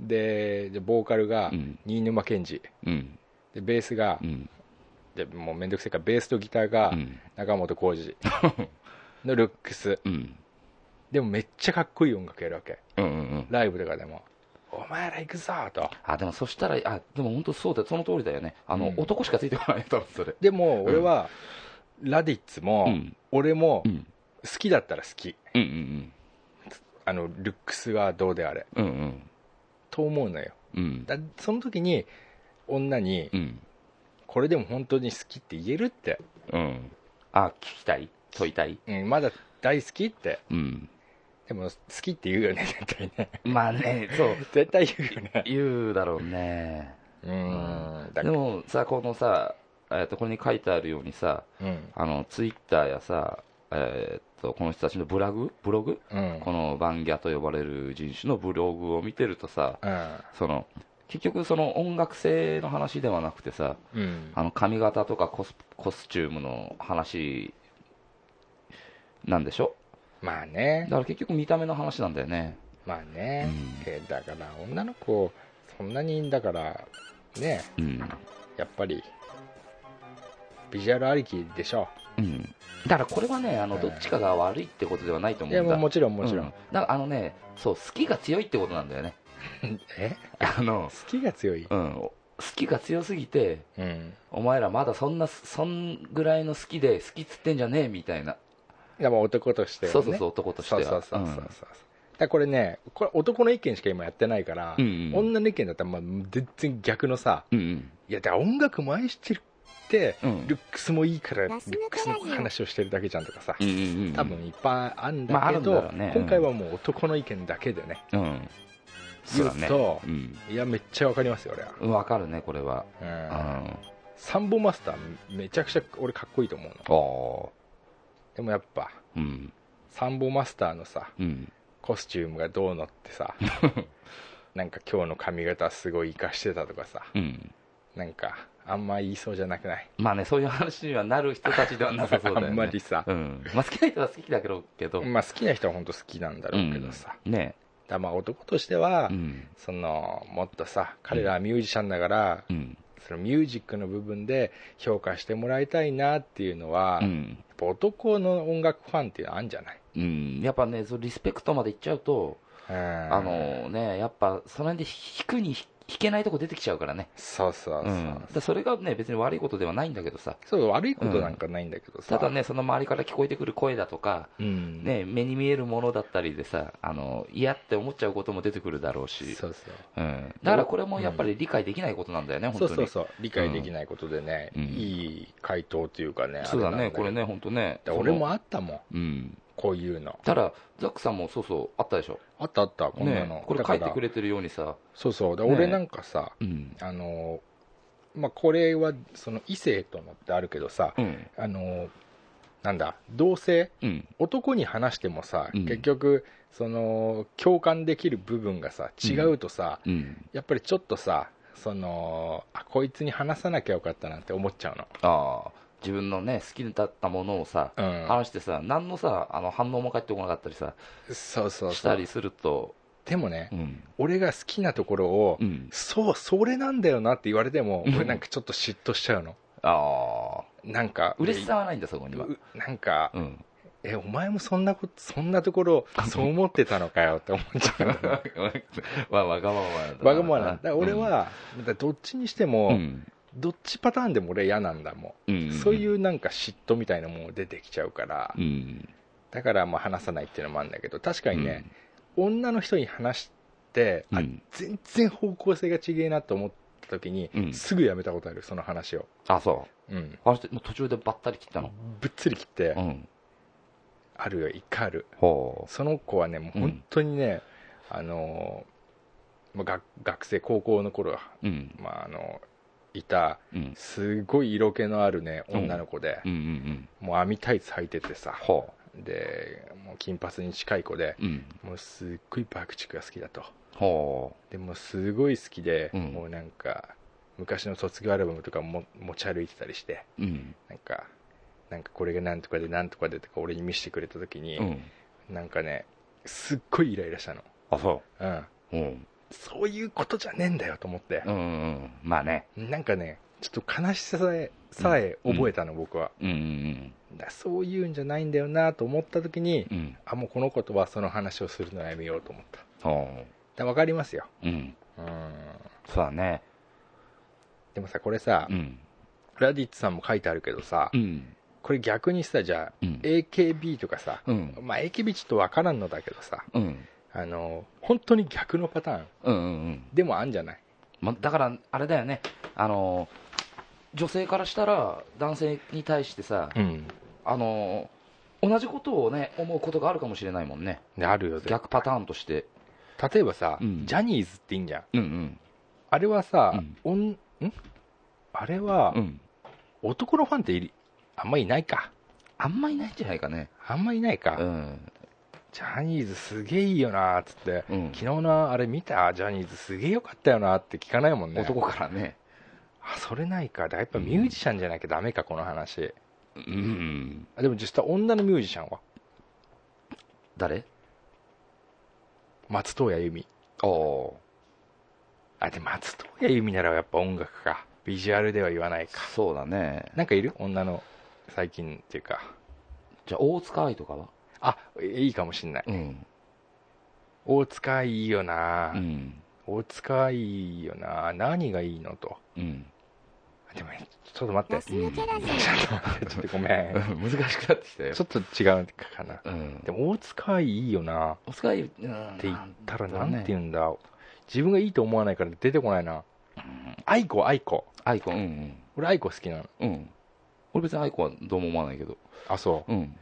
S4: ででボーカルが
S3: うん
S4: 新沼謙治
S3: うん、
S4: でベースが、
S3: うん、
S4: でもうめんどくせえからベースとギターが
S3: うん
S4: 中本 浩二のルックス
S3: うん、
S4: でもめっちゃかっこいい音楽やるわけ
S3: うん、うん、
S4: ライブとかでも「お前ら行くぞ!」と
S3: あ、でもそしたら、あ、でも本当そうだよ、その通りだよね、あの、
S4: うん
S3: 男しかついてこないよ、多分それ。
S4: でも俺は、ラディッツも、
S3: うん
S4: 俺も
S3: う
S4: 好
S3: ん、
S4: きだったら好き
S3: うん、うん、
S4: あのルックスはどうであれ
S3: うん、うん、
S4: と思うのよ
S3: うん、
S4: だその時に女に
S3: うん。
S4: これでも本当に好きって言えるって、
S3: うん、あ聞きたい問いたい
S4: うん、まだ大好きって
S3: うん
S4: でも好きって言うよね絶対ね
S3: まあねそう
S4: 絶対言うよね
S3: 言うだろうね
S4: うんだ
S3: でもさこのさえっとここに書いてあるようにさ
S4: うん
S3: あのツイッターやさえっとこの人たちのブラグブログ
S4: うん
S3: このバンギャと呼ばれる人種のブログを見てるとさ
S4: うん
S3: その結局その音楽性の話ではなくてさ
S4: うん
S3: あの髪型とかコスコスチュームの話なんでしょ
S4: まあ
S3: だ
S4: ね
S3: から結局見た目の話なんだよね
S4: まあね、
S3: う
S4: えーだから女の子そんなにだからね
S3: うん
S4: やっぱりビジュアルありきでしょ
S3: うん、だからこれはねあ
S4: う
S3: の
S4: ん
S3: どっちかが悪いってことではないと
S4: い
S3: 思う
S4: や
S3: ん
S4: も
S3: だ
S4: うもちろんもちろん、
S3: うだからあのねそう好きが強いってことなんだよね
S4: え
S3: あの
S4: 好きが強い
S3: うん好きが強すぎて
S4: うん
S3: お前らまだそんなそんぐらいの好きで好きっつってんじゃねえみたいな、
S4: でも男としてはね
S3: そうそうそう男として
S4: そう
S3: は
S4: そうそうそうそうう、
S3: ん
S4: だからこれねこれ男の意見しか今やってないから、
S3: うんうん
S4: 女の意見だったらまあ全然逆のさ
S3: うん
S4: いやだから音楽も愛してるって
S3: うんうん
S4: ルックスもいいからル
S5: ラ
S4: ッ
S5: ス抜
S4: クス
S5: けラ
S4: の
S5: ジオ
S4: 話をしてるだけじゃんとかさ、
S3: うんうんうん
S4: 多分いっぱいあるん
S3: まあ
S4: だ
S3: ある
S4: け
S3: んだ
S4: ど、
S3: ろうねうん
S4: 今回はもう男の意見だけでね
S3: うんそう
S4: 言
S3: だ
S4: う
S3: ね
S4: と
S3: うん
S4: いやめっちゃわかりますよ俺は、
S3: うんわかるねこれは
S4: う
S3: うん
S4: ん、
S3: あ
S4: サンボマスターめちゃくちゃ俺かっこいいと思うの
S3: あ
S4: でもやっぱ
S3: うん
S4: サンボマスターのさ
S3: うん
S4: コスチュームがどうのっ てさなんか今日の髪型すごい活かしてたとかさ
S3: うん
S4: なんかあんま言いそうじゃなくない
S3: まあねそういう話にはなる人たちではなさそうだよね
S4: あんまりさ
S3: うんまあ、好きな人は好きだけどけど、
S4: まあ好きな人は本当好きなんだ
S3: う
S4: ろ
S3: ん
S4: うけどさ、だか
S3: ね
S4: らまあ男としては、
S3: うん
S4: そのもっとさ彼らはミュージシャンだから、
S3: うん
S4: そのミュージックの部分で評価してもらいたいなっていうのは、
S3: う
S4: やっ
S3: ん
S4: ぱ男の音楽ファンっていうのはあるんじゃない、
S3: うん、やっぱね、そのリスペクトまでいっちゃうと、
S4: うん
S3: あのね、やっぱその辺で引くに引引けないとこ出てきちゃうからね、
S4: そうそうそう、
S3: うんだからそれがね、別に悪いことではないんだけどさ、
S4: そう悪いことなんかないんだけどさ、
S3: ただね、その周りから聞こえてくる声だとか、
S4: うん、
S3: ね、目に見えるものだったりでさ、あの嫌って思っちゃうことも出てくるだろうし、
S4: そうそう
S3: うん、だからこれもやっぱり理解できないことなんだよね、
S4: そ
S3: 本
S4: う
S3: 当
S4: そう
S3: に。
S4: そう理解できないことでね、
S3: うん
S4: いい回答というかね
S3: そうだ
S4: あな
S3: ね、
S4: んけ
S3: こ
S4: ど
S3: れね、本当ね。
S4: だから俺もあったもん
S3: その。うん。
S4: こういうの
S3: ただ、ザックさんもそうそう、あったでしょ。
S4: あったあったこんなの、
S3: ね、これ
S4: だ
S3: 書
S4: か
S3: い
S4: ら
S3: てくれてるようにさ。
S4: そうそうだ
S3: ね
S4: 俺なんかさ、
S3: うん。
S4: あのまあこれはその異性とのってあるけどさ、
S3: うん。
S4: あのなんだ同性
S3: うん。
S4: 男に話してもさ、
S3: うん
S4: 結局その共感できる部分がさ違うとさ、
S3: うん。
S4: やっぱりちょっとさそのあこいつに話さなきゃよかったなんて思っちゃうの
S3: ああ、自分のね、好きだったものをさ、
S4: うん
S3: 話してさ、何のさ、あの反応も返ってこなかったりさ、
S4: そうそう
S3: し
S4: そ
S3: た
S4: う
S3: りすると、
S4: でもね、
S3: うん。
S4: 俺が好きなところを、
S3: うん。
S4: そうそれなんだよなって言われても
S3: うん
S4: 俺なんかちょっと嫉妬しちゃうの
S3: ああ、
S4: なんか
S3: 嬉しさはないんだ、そこには。
S4: うなんか
S3: うん。
S4: えお前もそんなことそんなところそう思ってたのかよって思っちゃう の
S3: わわがままなんだな
S4: わがままなんだだから俺、は、だからどっちにしても、
S3: うん。
S4: どっちパターンでも俺嫌なんだも
S3: うん
S4: ん、
S3: ん
S4: そうい、うなんか嫉妬みたいなもん出てきちゃうから、
S3: うん。
S4: だからまあ話さないっていうのもあるんだけど確かにね、女の人に話して、
S3: う
S4: あ
S3: ん
S4: 全然方向性が違えなと思った時に、
S3: うん
S4: すぐやめたことあるその話を、
S3: あ、そ
S4: うん、
S3: う。あして、もう途中でばったり切ったの。
S4: ぶっつり切って、
S3: うん。
S4: あるよ一回ある
S3: ほ
S4: その子はねもう本当にね、あのーまあ、学学生高校の頃は、
S3: う。うん。
S4: まあ、あのいた
S3: うん。
S4: すごい色気のあるね女の子で
S3: う、んうんうん。
S4: もう網タイツ履いててさ
S3: ほ
S4: でもう金髪に近い子で
S3: う。うん。
S4: もうすっごい爆竹が好きだと
S3: ほ
S4: でもうすごい好きで、
S3: うん
S4: もうなんか昔の卒業アルバムとかも持ち歩いてたりして
S3: う。うん。
S4: なんかなんかこれがなんとかでなんとかでとか俺に見せてくれた時に、
S3: うん。
S4: なんかねすっごいイライラしたの
S3: あ、そ
S4: うん
S3: う。うん。
S4: そういうことじゃねえんだよと思って
S3: う、んうん。まあね。
S4: なんかねちょっと悲しささえさえ覚えたの、僕は
S3: うんうん
S4: だそういうんじゃないんだよなと思った時に、
S3: うん。うん。
S4: あもうこの子とはその話をするのはやめようと思った
S3: ほ
S4: だ分かりますよ
S3: う。うん。
S4: うん
S3: そうだね。
S4: でもさこれさ、
S3: うん。
S4: ラディッツさんも書いてあるけどさ、
S3: うん。
S4: これ逆にさじゃあ、
S3: うん
S4: AKB とかさ、
S3: うん。
S4: まあ AKB ちょっと分からんのだけどさ
S3: うん。
S4: あの本当に逆のパターン
S3: うんうんうん。
S4: でもあんじゃない
S3: ま、だから、あれだよね。あのー、女性からしたら、男性に対してさ、
S4: うん
S3: あのー、同じことをね、思うことがあるかもしれないもんね。
S4: あるよ絶対
S3: 逆パターンとして。
S4: 例えばさ、
S3: うん
S4: ジャニーズっていいんじゃん
S3: うん
S4: あれはさ、
S3: うん
S4: おんんあれは、
S3: うん。うん。
S4: 男のファンっているあんまいないか
S3: あんまいないんじゃないかね。
S4: あんまいないか、
S3: うん。
S4: ジャニーズすげえいいよなーっつって、
S3: うん
S4: 昨日のあれ見たジャニーズすげえよかったよなーって聞かないもんね
S3: 男からね。
S4: あそれないかだやっぱミュージシャンじゃなきゃダメかこの話
S3: うん。
S4: あでも実際女のミュージシャンは
S3: 誰
S4: 松任谷由実
S3: ああ。
S4: あで松任谷由実ならやっぱ音楽かビジュアルでは言わないか
S3: そうだね。
S4: なんかいる女の最近っていうか
S3: じゃあ、大塚愛とかは
S4: あいいかもしんない
S3: うん。
S4: 大塚いいよなー、
S3: うん。
S4: 大塚いいよな何がいいのと
S3: うん、
S4: でもちょっと待っ
S5: マ
S4: て
S5: ス抜けだぜ
S4: ちょっと待って ちょっとごめん
S3: 難しくなってきたよ
S4: ちょっと違うかな
S3: うん
S4: でも大塚いいよなっ
S3: オスカーいいって
S4: 言ったらなんて
S3: う
S4: 言うんだ自分がいいと思わないから出てこないな愛子愛子
S3: アイコンうん
S4: 俺愛子好きなの
S3: うんうん俺別にアイコンはどうも思わないけど
S4: あそう
S3: うん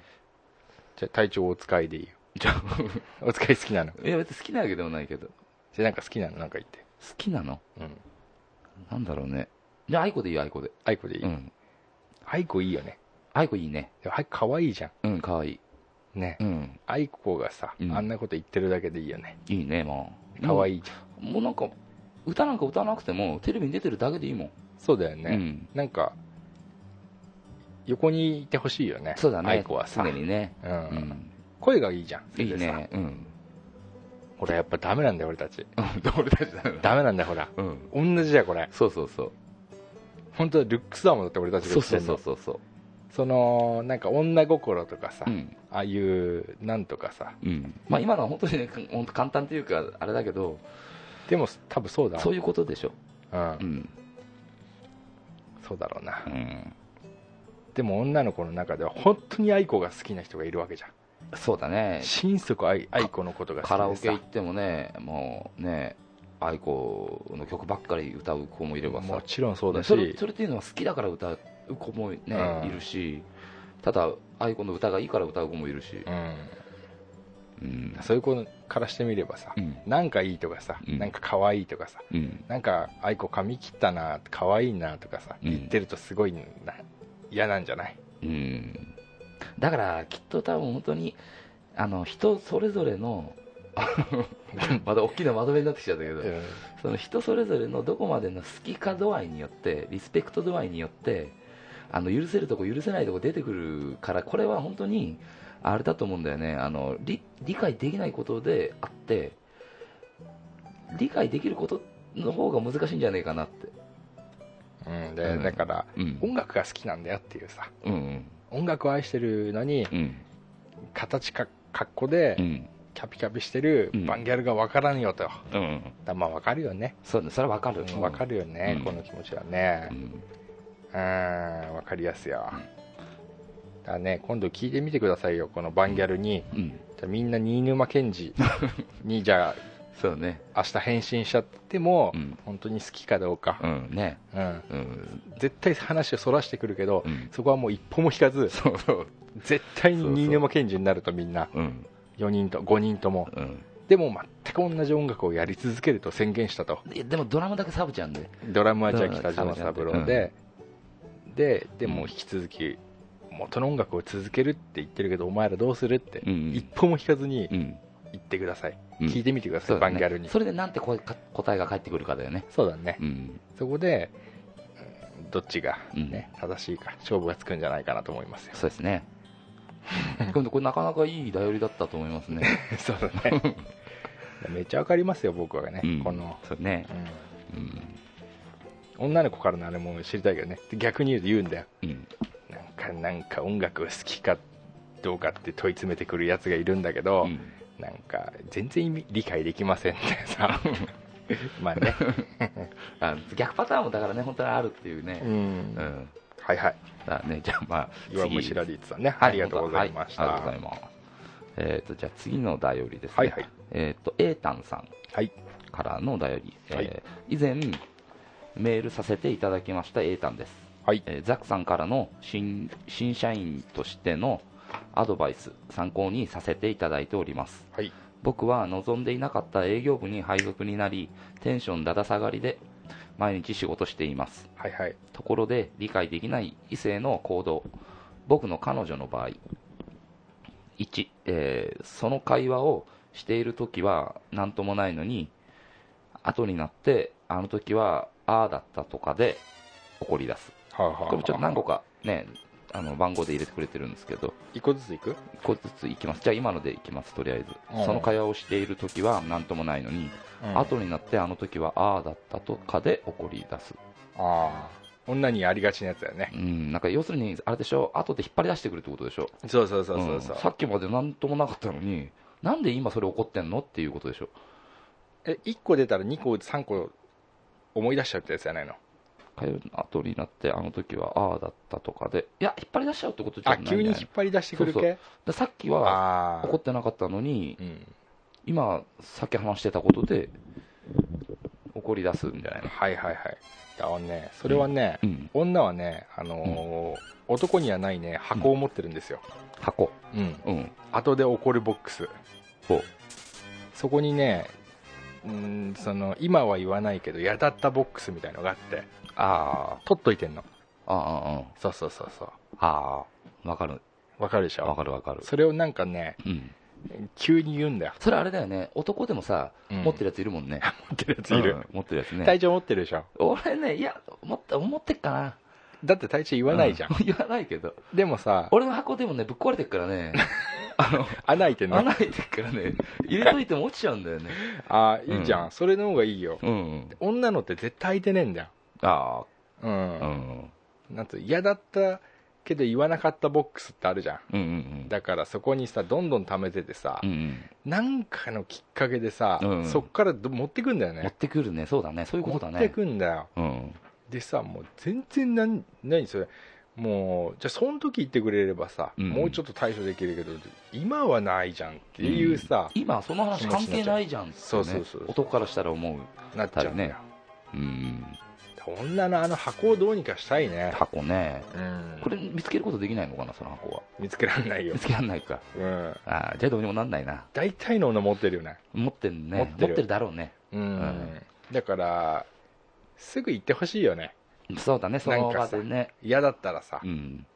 S4: じゃあ隊長大塚いでいいよ
S3: じゃ あ
S4: 大塚い好きなの
S3: いや別に好きなわけでもないけど好
S4: じゃあなんか好きなのなんか言って
S3: きなの
S4: うん
S3: なんだろうねじゃあアイコでいいよアイコで
S4: 愛子でいい、
S3: うん
S4: 愛子いいよね
S3: アイコいいね
S4: でも愛子可愛いじゃ
S3: うんかわいい
S4: んね
S3: うん
S4: 愛子がさ、
S3: うん
S4: あんなこと言ってるだけでいいよね
S3: いいねもう
S4: 可
S3: い
S4: 愛いじゃん、
S3: もうなんか歌なんか歌わなくてもテレビに出てるだけでいいもん
S4: そうだ
S3: う
S4: よね、
S3: ん
S4: なんか横にいてほしいよね
S3: そうだね
S4: 愛子はさ、
S3: 常にね
S4: うん
S3: うん
S4: 声がいいじゃん
S3: いい
S4: それでさ
S3: ねうん
S4: ほらやっぱダメなんだよ俺たち
S3: 俺たちだよ
S4: ダメなんだよほら
S3: うん
S4: 同じだよこれ
S3: そうそうそう
S4: 本当はルックスだもんだって俺たち
S3: そ
S4: が言
S3: う
S4: ってん
S3: そ
S4: の
S3: うそうそうそう
S4: そのなんか女心とかさ、
S3: うん
S4: ああいうなんとかさ
S3: うんまあ今のは本当にねか本当簡単というかあれだけど
S4: でも多分そうだ
S3: そういうことでしょ
S4: うん
S3: うん
S4: そうだろうな、
S3: うん
S4: でも女の子の中では本当に愛子が好きな人がいるわけじゃん
S3: そうだね
S4: 心底愛愛子のことが好きで
S3: カ
S4: さ
S3: ラオケ行ってもねもうね愛子の曲ばっかり歌う子もいればさ
S4: もちろんそうだし
S3: それそれっていうのは好きだから歌う子もね、
S4: うん
S3: いるしただ愛子の歌がいいから歌う子もいるし
S4: うん、
S3: うん
S4: そういう子からしてみればさ、
S3: うん
S4: なんかいいとかさ、
S3: うん
S4: なんか可愛いとかさ
S3: うん
S4: なんか愛子髪切ったな可愛いなとかさ
S3: うん
S4: 言ってるとすごいな嫌なんじゃない
S3: うんだからきっと多分本当にあの人それぞれのあのまだ大きなまとめになってきちゃったけど、
S4: うん
S3: その人それぞれのどこまでの好きか度合いによってリスペクト度合いによってあの許せるとこ許せないとこ出てくるからこれは本当にあれだと思うんだよねあの理理解できないことであって理解できることの方が難しいんじゃないかなって
S4: うんでだから
S3: うん
S4: 音楽が好きなんだよっていうさ
S3: うんうん
S4: 音楽を愛してるのに
S3: うん
S4: 形か格好で
S3: うん
S4: キャピキャピしてる
S3: うん
S4: バンギャルがわからんよと、
S3: うん
S4: だまあわかるよね
S3: そうねそれはわかる
S4: わかるよね、
S3: うん
S4: この気持ちはね
S3: うん
S4: うんわかりやすいよだからね今度聞いてみてくださいよこのバンギャルに、
S3: うん
S4: じゃあみんな新沼 謙治にじゃ
S3: そうね
S4: あ明日返信しちゃっても、
S3: うん
S4: 本当に好きかどうか
S3: う、んね
S4: うん
S3: うん
S4: 絶対話をそらしてくるけど、
S3: うん
S4: そこはもう一歩も引かず
S3: そうそう
S4: 絶対に
S3: そうそう
S4: 新沼謙治になるとみんな
S3: うん
S4: 4人と5人とも
S3: うん
S4: でも全く同じ音楽をやり続けると宣言したと
S3: いやでもドラムだけサブちゃんで
S4: ドラムはじゃあ北島三郎で、ででも引き続き元の音楽を続けるって言ってるけどお前らどうするって、
S3: うん
S4: 一歩も引かずに
S3: うん
S4: 言ってください、
S3: うん
S4: 聞いてみてくださ
S3: そ
S4: い、
S3: うだ
S4: バ
S3: ね
S4: ンギャルに
S3: それでなんて声か答えが返ってくるかだよね
S4: そうだね
S3: うん
S4: そこでうんどっちが、
S3: うん
S4: ね正しいか勝負がつくんじゃないかなと思います よ
S3: そうですねでもこれなかなかいい頼りだったと思いますね
S4: そうだねめっちゃわかりますよ僕はね、
S3: うん
S4: この、
S3: そうね
S4: うん
S3: うん
S4: 女の子からのあれも知りたいけどね逆に言うと言うんだよ
S3: うん
S4: なんかなんか音楽好きかどうかって問い詰めてくるやつがいるんだけど、
S3: うん
S4: なんか全然意味理解できませんっ てさまあね、
S3: あ逆パターンもだからね本当にあるっていう
S4: う
S3: ね
S4: ん
S3: うん、
S4: はいはい
S3: だねじゃあまあ
S4: 岩
S3: 次
S4: 虫ラディッツさんね、
S3: はい
S4: ありがとうございました、
S3: はいありがとうございますえっ、とじゃあ次のお便りですね
S4: はいはい
S3: えっ、とエータンさん
S4: はい
S3: からのお便り、えー
S4: はい
S3: 以前メールさせていただきましたエータンです
S4: はい
S3: えーザックさんからの新新社員としてのアドバイス参考にさせていただいております
S4: はい
S3: 僕は望んでいなかった営業部に配属になりテンションだだ下がりで毎日仕事しています
S4: はいはい
S3: ところで理解できない異性の行動僕の彼女の場合1、えーその会話をしている時は何ともないのに後になってあの時はああだったとかで怒り出す
S4: はあはあはあ
S3: これもちょっと何個かねあの番号で入れてくれてるんですけど
S4: 一個ずついく
S3: 1個ずついきますじゃあ今のでいきますとりあえ
S4: うん
S3: ずその会話をしている時は何ともないのに、
S4: うん
S3: 後になってあの時はああだったとかで怒り出す
S4: ああ女にありがちなやつだよね
S3: うんなんか要するにあれでしょ後で引っ張り出してくるってことでしょ
S4: そうそうそ
S3: んさっきまで何ともなかったのになんで今それ怒ってんのっていうことでしょ
S4: え1個出たら2個3個思い出しちゃうってやつじゃないの
S3: 火曜の後になって、あの時はああだったとかで、いや、引っ張り出しちゃうってことじゃな
S4: あ
S3: いんじゃ
S4: 急
S3: ない
S4: に
S3: の
S4: 引っ張り出してくる系
S3: でさっきは
S4: ああ
S3: 怒ってなかったのに、
S4: うん
S3: 今、さっき話してたことで怒り出すんじゃないの
S4: はいはいはいあのねそれはね、
S3: うん、
S4: 女はね、あのー男にはないね箱を持ってるんですよ、
S3: 箱。
S4: うん、
S3: うん。
S4: 後で怒るボックス
S3: ほう
S4: そこにねうんその今は言わないけどやだったボックスみたいのがあって
S3: あ
S4: 取っといてんの
S3: あ、ああ、
S4: そうそうそうそ
S3: ああ、わかる、
S4: うわかるでし
S3: わ
S4: ょ
S3: かるわかる。
S4: それをなんかね
S3: うん。
S4: 急に言うんだよ、
S3: それあれだよね、男でもさ、持ってる
S4: る
S3: やついるもんね。
S4: 持ってるやついる、
S3: うん持ってるやつね。
S4: 体調持ってるでしょ
S3: 俺ね、いや、持って、持ってっかな。
S4: だって体調言わないじゃん、
S3: う。 言わないけど。
S4: でもさ
S3: 俺の箱でもね、ぶっ壊れてっからね、あの、
S4: 穴開いてんの
S3: 穴開いてっからね、入れといても落ちちゃうんだよね。
S4: あーいいじゃん、
S3: う
S4: それの方がいいよ
S3: うん。
S4: 女のって絶対開いてねえんだよ
S3: あ
S4: う
S3: あ、
S4: ん
S3: う、ん。
S4: なんと嫌だったけど言わなかったボックスってあるじゃん
S3: うんうん
S4: だからそこにさどんどん貯めててさ、
S3: うん。うん
S4: なんかのきっかけでさ、
S3: うん
S4: そっからど持ってくんだよ
S3: うん。持っ
S4: ね
S3: てくるね、そうだね、そういうことだ
S4: 持って
S3: ね。
S4: くんだよ
S3: うん。
S4: でさもう全然なん何それもうじゃあその時言ってくれればさ、
S3: うん
S4: もうちょっと対処できるけど今はないじゃんっていうさ、
S3: 今、その話関係ないじゃんってね、
S4: そうそうそう
S3: 男からしたら思う。
S4: なっちゃうんだ
S3: だ
S4: よ
S3: ようん。
S4: 女のあの箱をどうにかしたいね、
S3: 箱ね。
S4: うん、
S3: これ見つけることできないのかな、その箱は。
S4: 見つけられないよ
S3: 見、つけらんないか。
S4: うん、
S3: ああ、じゃあどうにもなんないな。
S4: 大体の女持ってるよね
S3: 持ってるね。
S4: 持
S3: 持ってて
S4: っる
S3: るだろうね。
S4: うん、だからすぐ行ってほしいよね
S3: そうだね、その
S4: な
S3: 場
S4: んかさ
S3: でね。
S4: 嫌だったらさ、
S3: うん。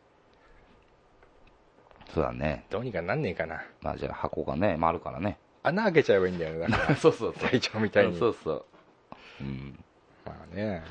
S3: そうだね。
S4: どうにかなんねえかな
S3: まあじゃあ箱がね、まああるからね。
S4: 穴開けちゃえばいいんだよねだか ら
S3: そう そうそう。
S4: 隊長みたいに
S3: そうそう。うん。
S4: まあね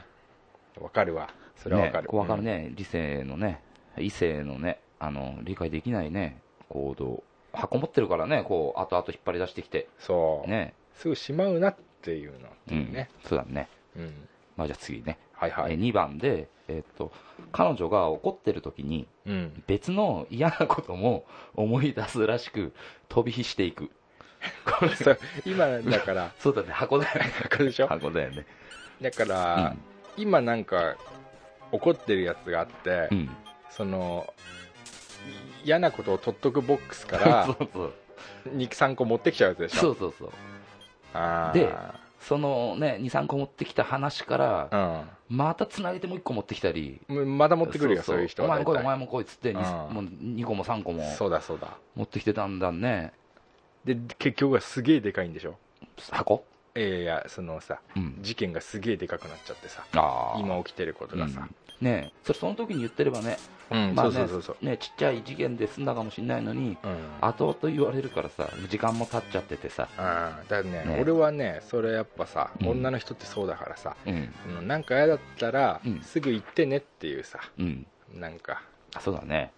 S4: わかるわそれはわかる、
S3: ねこうわかるね。理性のね、異性のね、あの、理解できないね、行動。箱持ってるからね、こう、後々引っ張り出してきて
S4: う。んそう、
S3: ね。
S4: すぐしまうなっていうのって
S3: う
S4: い
S3: ん。
S4: うね、
S3: そうだね。
S4: うん
S3: まあじゃあ次ね。
S4: はいは
S3: え
S4: い、
S3: 2番で、えっと、彼女が怒ってる時に、
S4: うん、
S3: 別の嫌なことも思い出すらしく飛び火してい くこれ
S4: そう今だから
S3: そうだね箱だよね
S4: 箱でしょ
S3: 箱だよね
S4: だから、今なんか怒ってるやつがあって、
S3: うん
S4: その嫌なことを取っとくボックスか
S3: そ
S4: ら
S3: うそう
S4: 23個持ってきちゃうやつでしょ
S3: そうそうそう
S4: あー
S3: でそのね23個持ってきた話からまたつなげてもう1個持ってきたり
S4: うん、まだ持ってくるよそういう人
S3: お
S4: は
S3: 前も来いお
S4: 大体
S3: 前も来いっつってに
S4: うん
S3: もう2個も3個も
S4: そうだそうだ
S3: 持ってきてだんだんね
S4: で結局はすげえでかいんでしょ
S3: 箱
S4: いやいやそのさ
S3: うん
S4: 事件がすげえでかくなっちゃってさ
S3: ああ
S4: 今起きてることがさ、
S3: ねえそれその時に言ってればね
S4: うん
S3: まあ
S4: そう
S3: ね
S4: そうそうそう、
S3: ねちっちゃい事件で済んだかもしれないのに
S4: うん
S3: 後々言われるからさ時間も経っちゃっててさ
S4: あーだからね
S3: ね
S4: 俺はねそれやっぱさ、
S3: うん
S4: 女の人ってそうだからさ
S3: うん
S4: あのなんか嫌だったら、
S3: うん
S4: すぐ行ってねっていうさ
S3: うん
S4: なんか
S3: あそうだね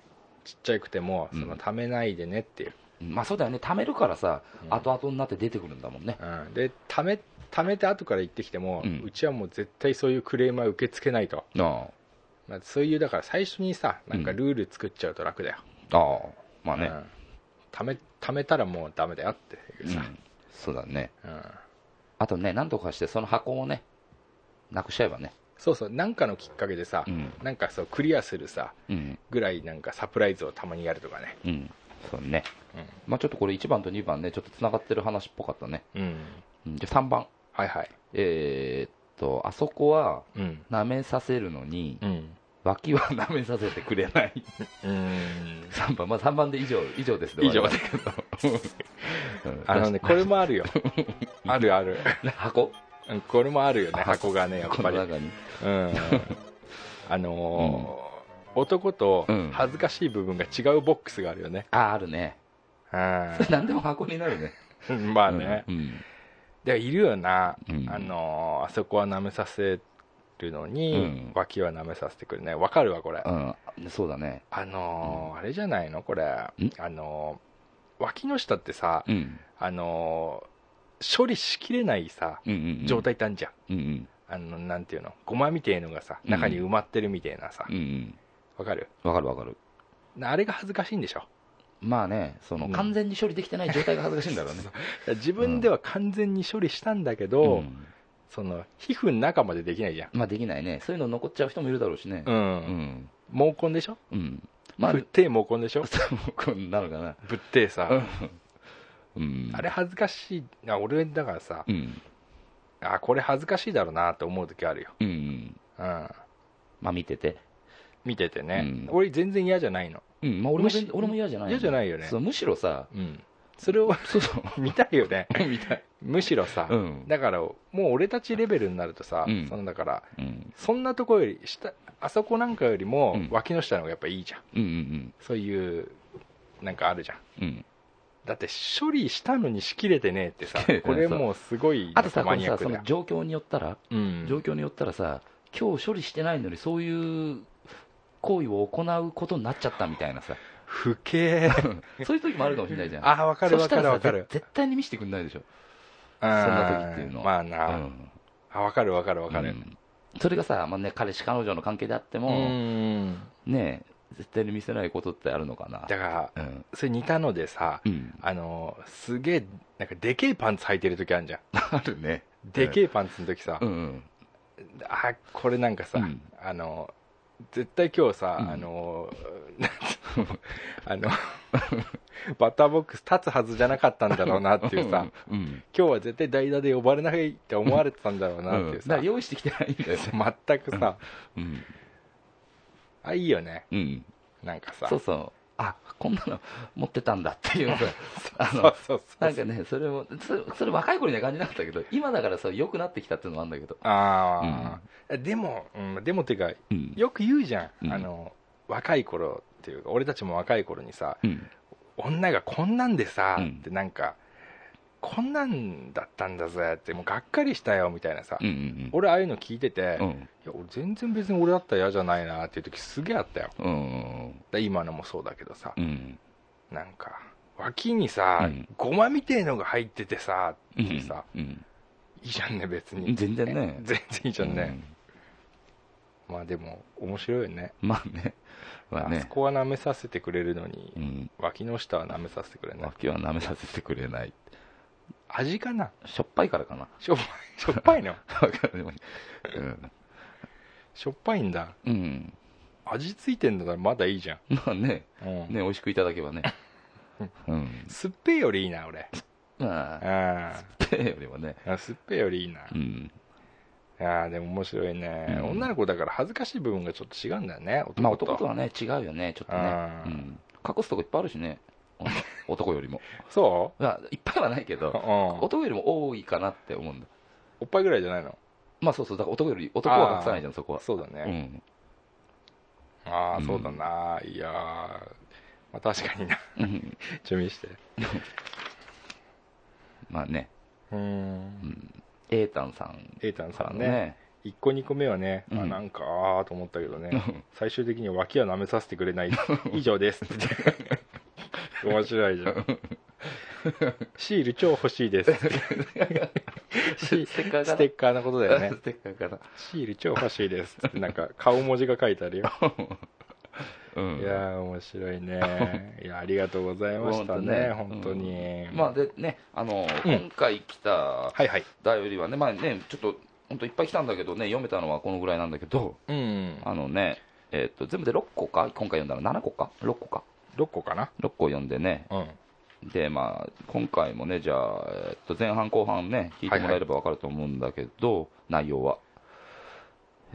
S4: ちっちゃくても
S3: うん
S4: そのためないでねっていう、
S3: まあそうだよね貯めるからさ、
S4: うん
S3: 後々になって出てくるんだもんね
S4: うん、でためためて後から行ってきても、う
S3: うん
S4: ちはもう絶対そういうクレームは受け付けないと、
S3: あ
S4: まあ、そういうだから最初にさなんかルール作っちゃうと楽だよ、
S3: あああまあ
S4: う
S3: ね、
S4: んためためたらもうダメだよっていう
S3: うん
S4: さ、
S3: そうだね
S4: うん
S3: あとね何とかしてその箱をねなくしちゃえばね
S4: そうそうなんかのきっかけでさ、
S3: うん
S4: なんかそうクリアするさ
S3: うん
S4: ぐらいなんかサプライズをたまにやるとかね
S3: うんそうね、
S4: うん
S3: まあちょっとこれ1番と2番ねちょっとつながってる話っぽかったね、
S4: うん
S3: うん、じゃあ3番
S4: はいはい
S3: えーっとあそこは
S4: うん
S3: 舐めさせるのに
S4: うん
S3: 脇は舐めさせてくれない
S4: うん
S3: 3番まあ3番で以上以上ですね
S4: 以上
S3: 我々うん
S4: あ のねこれもあるよあるある
S3: 箱
S4: うんこれもあるよね
S3: あ
S4: 箱がねやっ
S3: この
S4: ぱり
S3: 中に
S4: うん、あのー男と
S3: うん
S4: 恥ずかしい部分が違うボックスがあるよね、
S3: ああるねそれ 何でも箱になるね
S4: うんまあね、
S3: うん
S4: でいるよな、
S3: うん
S4: あのーあそこは舐めさせるのに、
S3: うん
S4: 脇は舐めさせてくるねわかるわこれ、
S3: うんそうだね
S4: あのーあれじゃないのこれあのー脇の下ってさ、
S3: うん
S4: あのー処理しきれないさ
S3: うんうんうん
S4: 状態ってあんじゃん、
S3: うんうん
S4: あのなんていうのごまみてえのがさ中に埋まってるみたいなさわ
S3: う、んうん
S4: かる
S3: わかるわかる
S4: なあれが恥ずかしいんでしょ
S3: まあねその
S4: うん
S3: 完全に処理できてない状態が恥ずかしいんだ ろうね
S4: 自分では完全に処理したんだけ
S3: う
S4: ど、
S3: ん
S4: その皮膚の中までできないじゃん、
S3: まあできないねそういうの残っちゃう人もいるだろうしね
S4: う
S3: うんん
S4: 毛根でしょ、
S3: うんまあ
S4: ぶってえ毛根でしょ
S3: そうこんなのかな
S4: ぶってえさ、
S3: うん
S4: あれ恥ずかしいあ俺だからさ、
S3: うん
S4: あこれ恥ずかしいだろうなって思う時あるよ、
S3: うん
S4: うん、
S3: まあ見てて
S4: 見てて
S3: う
S4: ね、
S3: ん
S4: 俺全然嫌じゃないの、
S3: うんまあ俺も
S4: むし
S3: 全俺も嫌じゃない
S4: 嫌じゃないよね
S3: そうむしろさ
S4: うん、
S3: それをそうそう
S4: 見たいよね
S3: 見たい
S4: むしろさ、
S3: うん
S4: だからもう俺たちレベルになるとさ、
S3: うん
S4: そのだから
S3: うん
S4: そんなとこより下あそこなんかよりも
S3: うん
S4: 脇の下の方がやっぱいいじゃん、
S3: うんうん
S4: そういうなんかあるじゃん
S3: うんうん
S4: だって処理したのにしきれてねえってさ
S3: しきれて
S4: こ
S3: ない
S4: れもうすごい
S3: あとさこ
S4: マ
S3: の
S4: ニア
S3: さ
S4: ック
S3: そ
S4: だよ
S3: の状況によったら
S4: うん
S3: 状況によったらさ今日処理してないのにそういう行為を行うことになっちゃったみたいな さ
S4: 不敬
S3: そういう時もあるかもしれないじゃん
S4: あ分かる
S3: そ
S4: 分
S3: した
S4: からる
S3: さ
S4: 分かる
S3: ぜ絶対に見せてくんないでしょ
S4: そん
S3: な時っていうのは
S4: まあ
S3: う
S4: な、
S3: ん
S4: あ分かる分かる分か
S3: う
S4: る
S3: んそれがさ、まあね、彼氏彼女の関係であって
S4: う
S3: も、
S4: ん
S3: ねえ絶対に見せないことってあるのかな
S4: だから
S3: うん
S4: それ似たのでさ
S3: うん、
S4: あのすげえなんかでけえパンツ履いてる時あるじゃん
S3: あるね
S4: でけえパンツの時さ、
S3: うんうん
S4: あこれなんかさ、
S3: うん
S4: あの絶対今日さ、
S3: うん
S4: あの なんつうのあのバッターボックス立つはずじゃなかったんだろうなっていうさ、
S3: うん
S4: 今日は絶対代打で呼ばれないって思われてたんだろうなっていう
S3: だか
S4: さ、
S3: ら用意してきてないんだよね、
S4: 全くさ、
S3: うん
S4: あいいよね
S3: うん、
S4: なんかさ
S3: そうそうあこんなの持ってたんだっていうさ あ
S4: そ
S3: の
S4: うそうそう
S3: なんかねそれもそれそれ若い頃には感じなかったけど今だからさ良くなってきたっていうのもあるんだけど
S4: ああ、でも、うん、でもっていうか
S3: うん
S4: よく言うじゃん、
S3: うん
S4: あの若い頃っていうか俺たちも若い頃にさ
S3: うん
S4: 女がこんなんでさ、
S3: うん
S4: ってなんかこんなんだったんだぜってもうがっかりしたよみたいなさ、
S3: うんうん
S4: 俺ああいうの聞いてて、
S3: う
S4: い
S3: ん
S4: や俺全然別に俺だったら嫌じゃないなっていう時すげえあったよだか
S3: うんうん
S4: ら今のもそうだけどさ
S3: う、ん
S4: なんか脇にさ、
S3: うん
S4: ゴマみてえのが入っててさって
S3: う
S4: いうんさ、
S3: うん
S4: いいじゃんね別に
S3: 全然ね
S4: 全然いいじゃんね、まあでも面白いよね
S3: うんまあねまあ
S4: あ
S3: ね
S4: そこは舐めさせてくれるのに、
S3: うん
S4: 脇の下は舐めさせてくれない
S3: 脇は舐めさせてくれない
S4: 味かな
S3: しょっぱいからかな
S4: しょっぱいしょっぱいの
S3: わかんない うん
S4: しょっぱいんだ
S3: うん
S4: 味ついてんだからまだいいじゃ
S3: まあね
S4: ん、うん
S3: ね美味しくいただけばねうん
S4: 酸っぱいよりいいな俺
S3: まあ
S4: あ
S3: ペーよりはね
S4: あ酸っぱいよりいいな、
S3: うん
S4: ああでも面白いね、
S3: うん
S4: 女の子だから恥ずかしい部分がちょっと違うんだよね男と,、
S3: まあ男とはね違うよねちょっとね
S4: あー
S3: うん隠すとこいっぱいあるしね女男よりも
S4: そ
S3: まあいっぱいはないけ
S4: う、うん
S3: ど、男よりも多いかなって思うんだ
S4: おっぱいぐらいじゃないの
S3: まあそうそうだから男より男は隠さないじゃんそこは
S4: そうだ
S3: う
S4: ね、
S3: ん
S4: ああそうだな、いやーまあ確かにな
S3: うん
S4: 準備して
S3: まあね
S4: うーん
S3: エータンさん
S4: エイタン
S3: か
S4: さ
S3: ら
S4: ん
S3: の
S4: ね
S3: ね
S4: 1個2個目はね、
S3: う
S4: あ
S3: ん
S4: なんかああと思ったけどね、
S3: うん
S4: 最終的に脇は舐めさせてくれない以上 ですって面白いじゃんシール超欲しい ですシー
S3: ステッカーかな
S4: ステッカーのことだよね
S3: ステッカーから
S4: シール超欲しいですってなんか顔文字が書いてあるよ
S3: うん
S4: いやー面白 いねいやありがとうございましたね本当に、
S3: うんまあでねあの、
S4: うん
S3: 今回来た
S4: はいはい
S3: 頼りはねまあねちょっと本当いっぱい来たんだけどね読めたのはこのぐらいなんだけど
S4: うん
S3: あのねえっと全部で6個か今回読んだの7個か6個か
S4: 6個かな
S3: 6個読んでね
S4: うん
S3: でまあ今回もねじゃあ、えっと、前半後半ね聞いてもらえれば分かると思うんだけど、内容は、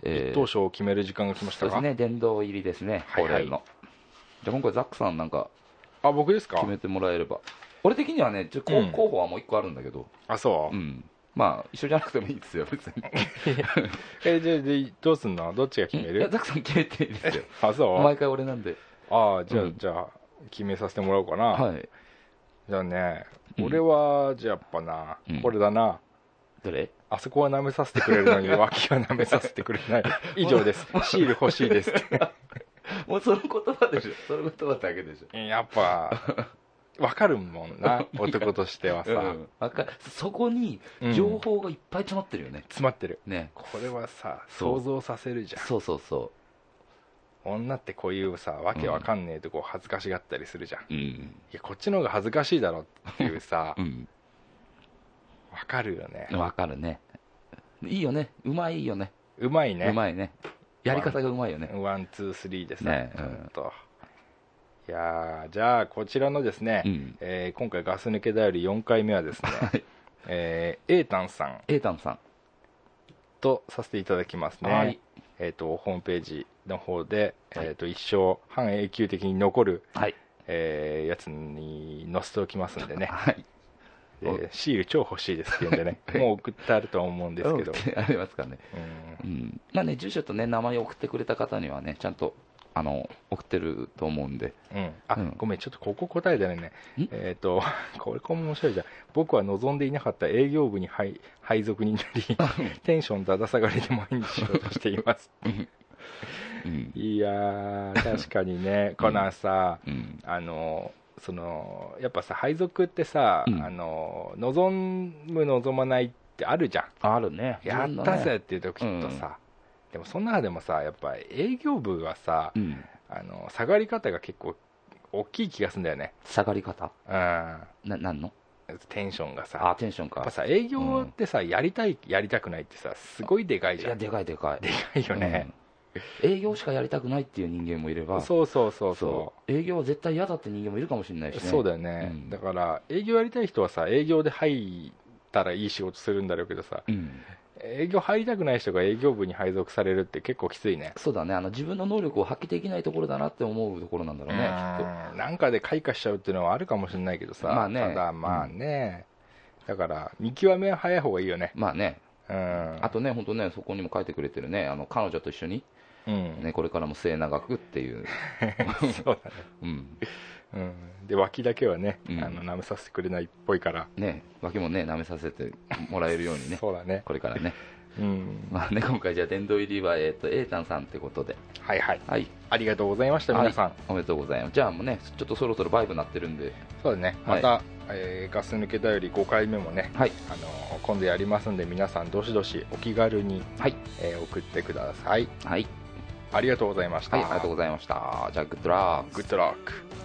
S3: えー
S4: 当初を決める時間が来まし
S3: そ
S4: た
S3: うで
S4: か、
S3: すね殿堂入りですね
S4: はい
S3: 恒
S4: はい
S3: 例の、じゃあ今回ザックさんなんか
S4: あ僕ですか
S3: 決めてもらえれば俺的にはねちょ候
S4: うん
S3: 候補はもう1個あるんだけど、
S4: あそう
S3: うんまあ一緒じゃなくてもいいですよ別に
S4: えじゃあでどうすんのどっちが決め
S3: いや
S4: る
S3: ザックさん決めていいです よ
S4: あそう
S3: 毎回俺なんで
S4: ああじゃあ、
S3: うん
S4: じゃあ決めさせてもらおうかな、
S3: はい
S4: じゃあね
S3: うん
S4: 俺はじゃあやっぱな、
S3: うん
S4: これだな
S3: どれ
S4: あそこは舐めさせてくれる のに脇は舐めさせてくれない以上ですシール欲し いです
S3: もうその言葉でしょその言葉だけでしょ
S4: やっぱわかるもんな男としてはさ、
S3: うん、わかそこに
S4: うん
S3: 情報がいっぱい詰まってるよね、
S4: 詰まってる
S3: ね
S4: これはさ
S3: そう
S4: 想像させるじゃん
S3: そうそうそ
S4: 女ってこういうさわけわかんねえとこう恥ずかしがったりするじゃん、
S3: う
S4: い
S3: ん
S4: やこっちの方が恥ずかしいだろっていうさ
S3: うん
S4: わかるよね
S3: わかるねいいよねうまいよね
S4: うまいうね
S3: まいねやり方がうまいよね
S4: ワンツースリーでさ、
S3: ね
S4: ちょっといやーじゃあこちらのですね、
S3: うん
S4: えー今回ガス抜けだより4回目はですね、
S3: はい
S4: えー、エータンさん
S3: エータンさん
S4: とさせていただきますね、
S3: はい
S4: えー、とホームページの方で、えー、と一生半永久的に残る、
S3: はい
S4: えーやつに載せておきますん でね、
S3: はい
S4: えーシール超欲しいですって言うんでね
S3: はい
S4: もう送ってあるとは思うんで すけど、
S3: うんありますかね
S4: うん
S3: うんまあね住所とね名前を送ってくれた方にはねちゃんとあの送ってると思うんで
S4: うん、あ、
S3: うん
S4: ごめんちょっとここ答えだよね
S3: ん
S4: えっ、と これこれも面白いじゃん僕は望んでいなかった営業部に配配属になりテンションだだ下がりで毎日仕事しています
S3: うん
S4: いやー確かにねコナンさ、
S3: うん
S4: あのそのやっぱさ配属ってさ、
S3: うん
S4: あの望む望まないってあるじゃん
S3: あるね
S4: や
S3: 自分の
S4: った
S3: ね
S4: ぜっていう時とさ、でもその中でもさやっぱ営業部はさ、
S3: うん
S4: あの下がり方が結構大きい気がするんだよね
S3: 下がり方
S4: うん
S3: ななんの
S4: テンションがさ
S3: あテンション
S4: やっぱ
S3: か
S4: さ営業ってさ、やりたいやりたくないってさすごいでかい
S3: い
S4: じゃ
S3: や
S4: ん
S3: でかいでかい
S4: でかいよね、
S3: うん営業しかやりたくないっていう人間もいれば
S4: そうそうそうそ
S3: そう営業は絶対嫌だって人間もいるかもしれな
S4: う
S3: いし、ね、
S4: そうだよね、
S3: うん
S4: だから営業やりたい人はさ営業で入ったらいい仕事するんだろうけどさ
S3: うん
S4: 営業入りたくない人が営業部に配属されるって結構きついね
S3: そうだねあの自分の能力を発揮できないところだなって思うところなんだろうねきっと
S4: うんなんかで開花しちゃうっていうのはあるかもしれないけどさ、
S3: まあね
S4: ただまあね、だから見極めは早い方がいいよね
S3: まあね
S4: うん
S3: あとね本当ねそこにも書いてくれてるねあの彼女と一緒に、
S4: うん
S3: ね、これからも末永くっていう、
S4: そうだね、
S3: うん、
S4: うん、で脇だけはね、
S3: うん
S4: あの舐めさせてくれないっぽいから
S3: ね脇もね舐めさせてもらえるようにね
S4: そうだね
S3: これからね
S4: うん
S3: まあね今回じゃあ殿堂入りはえっ、とエータンさんってことで
S4: はいはい
S3: はい
S4: ありがとうございました皆さん、
S3: はいおめでとうございますじゃあもうねちょっとそろそろバイブなってるんで
S4: そうだねまた、えーガス抜けだより5回目もね、
S3: はい
S4: あのー今度やりますんで皆さんどしどしお気軽に、
S3: はい
S4: えー送ってください
S3: はい、
S4: ありがとうございました、
S3: はい、ありがとうございましたじゃあグッドラック
S4: グッドラック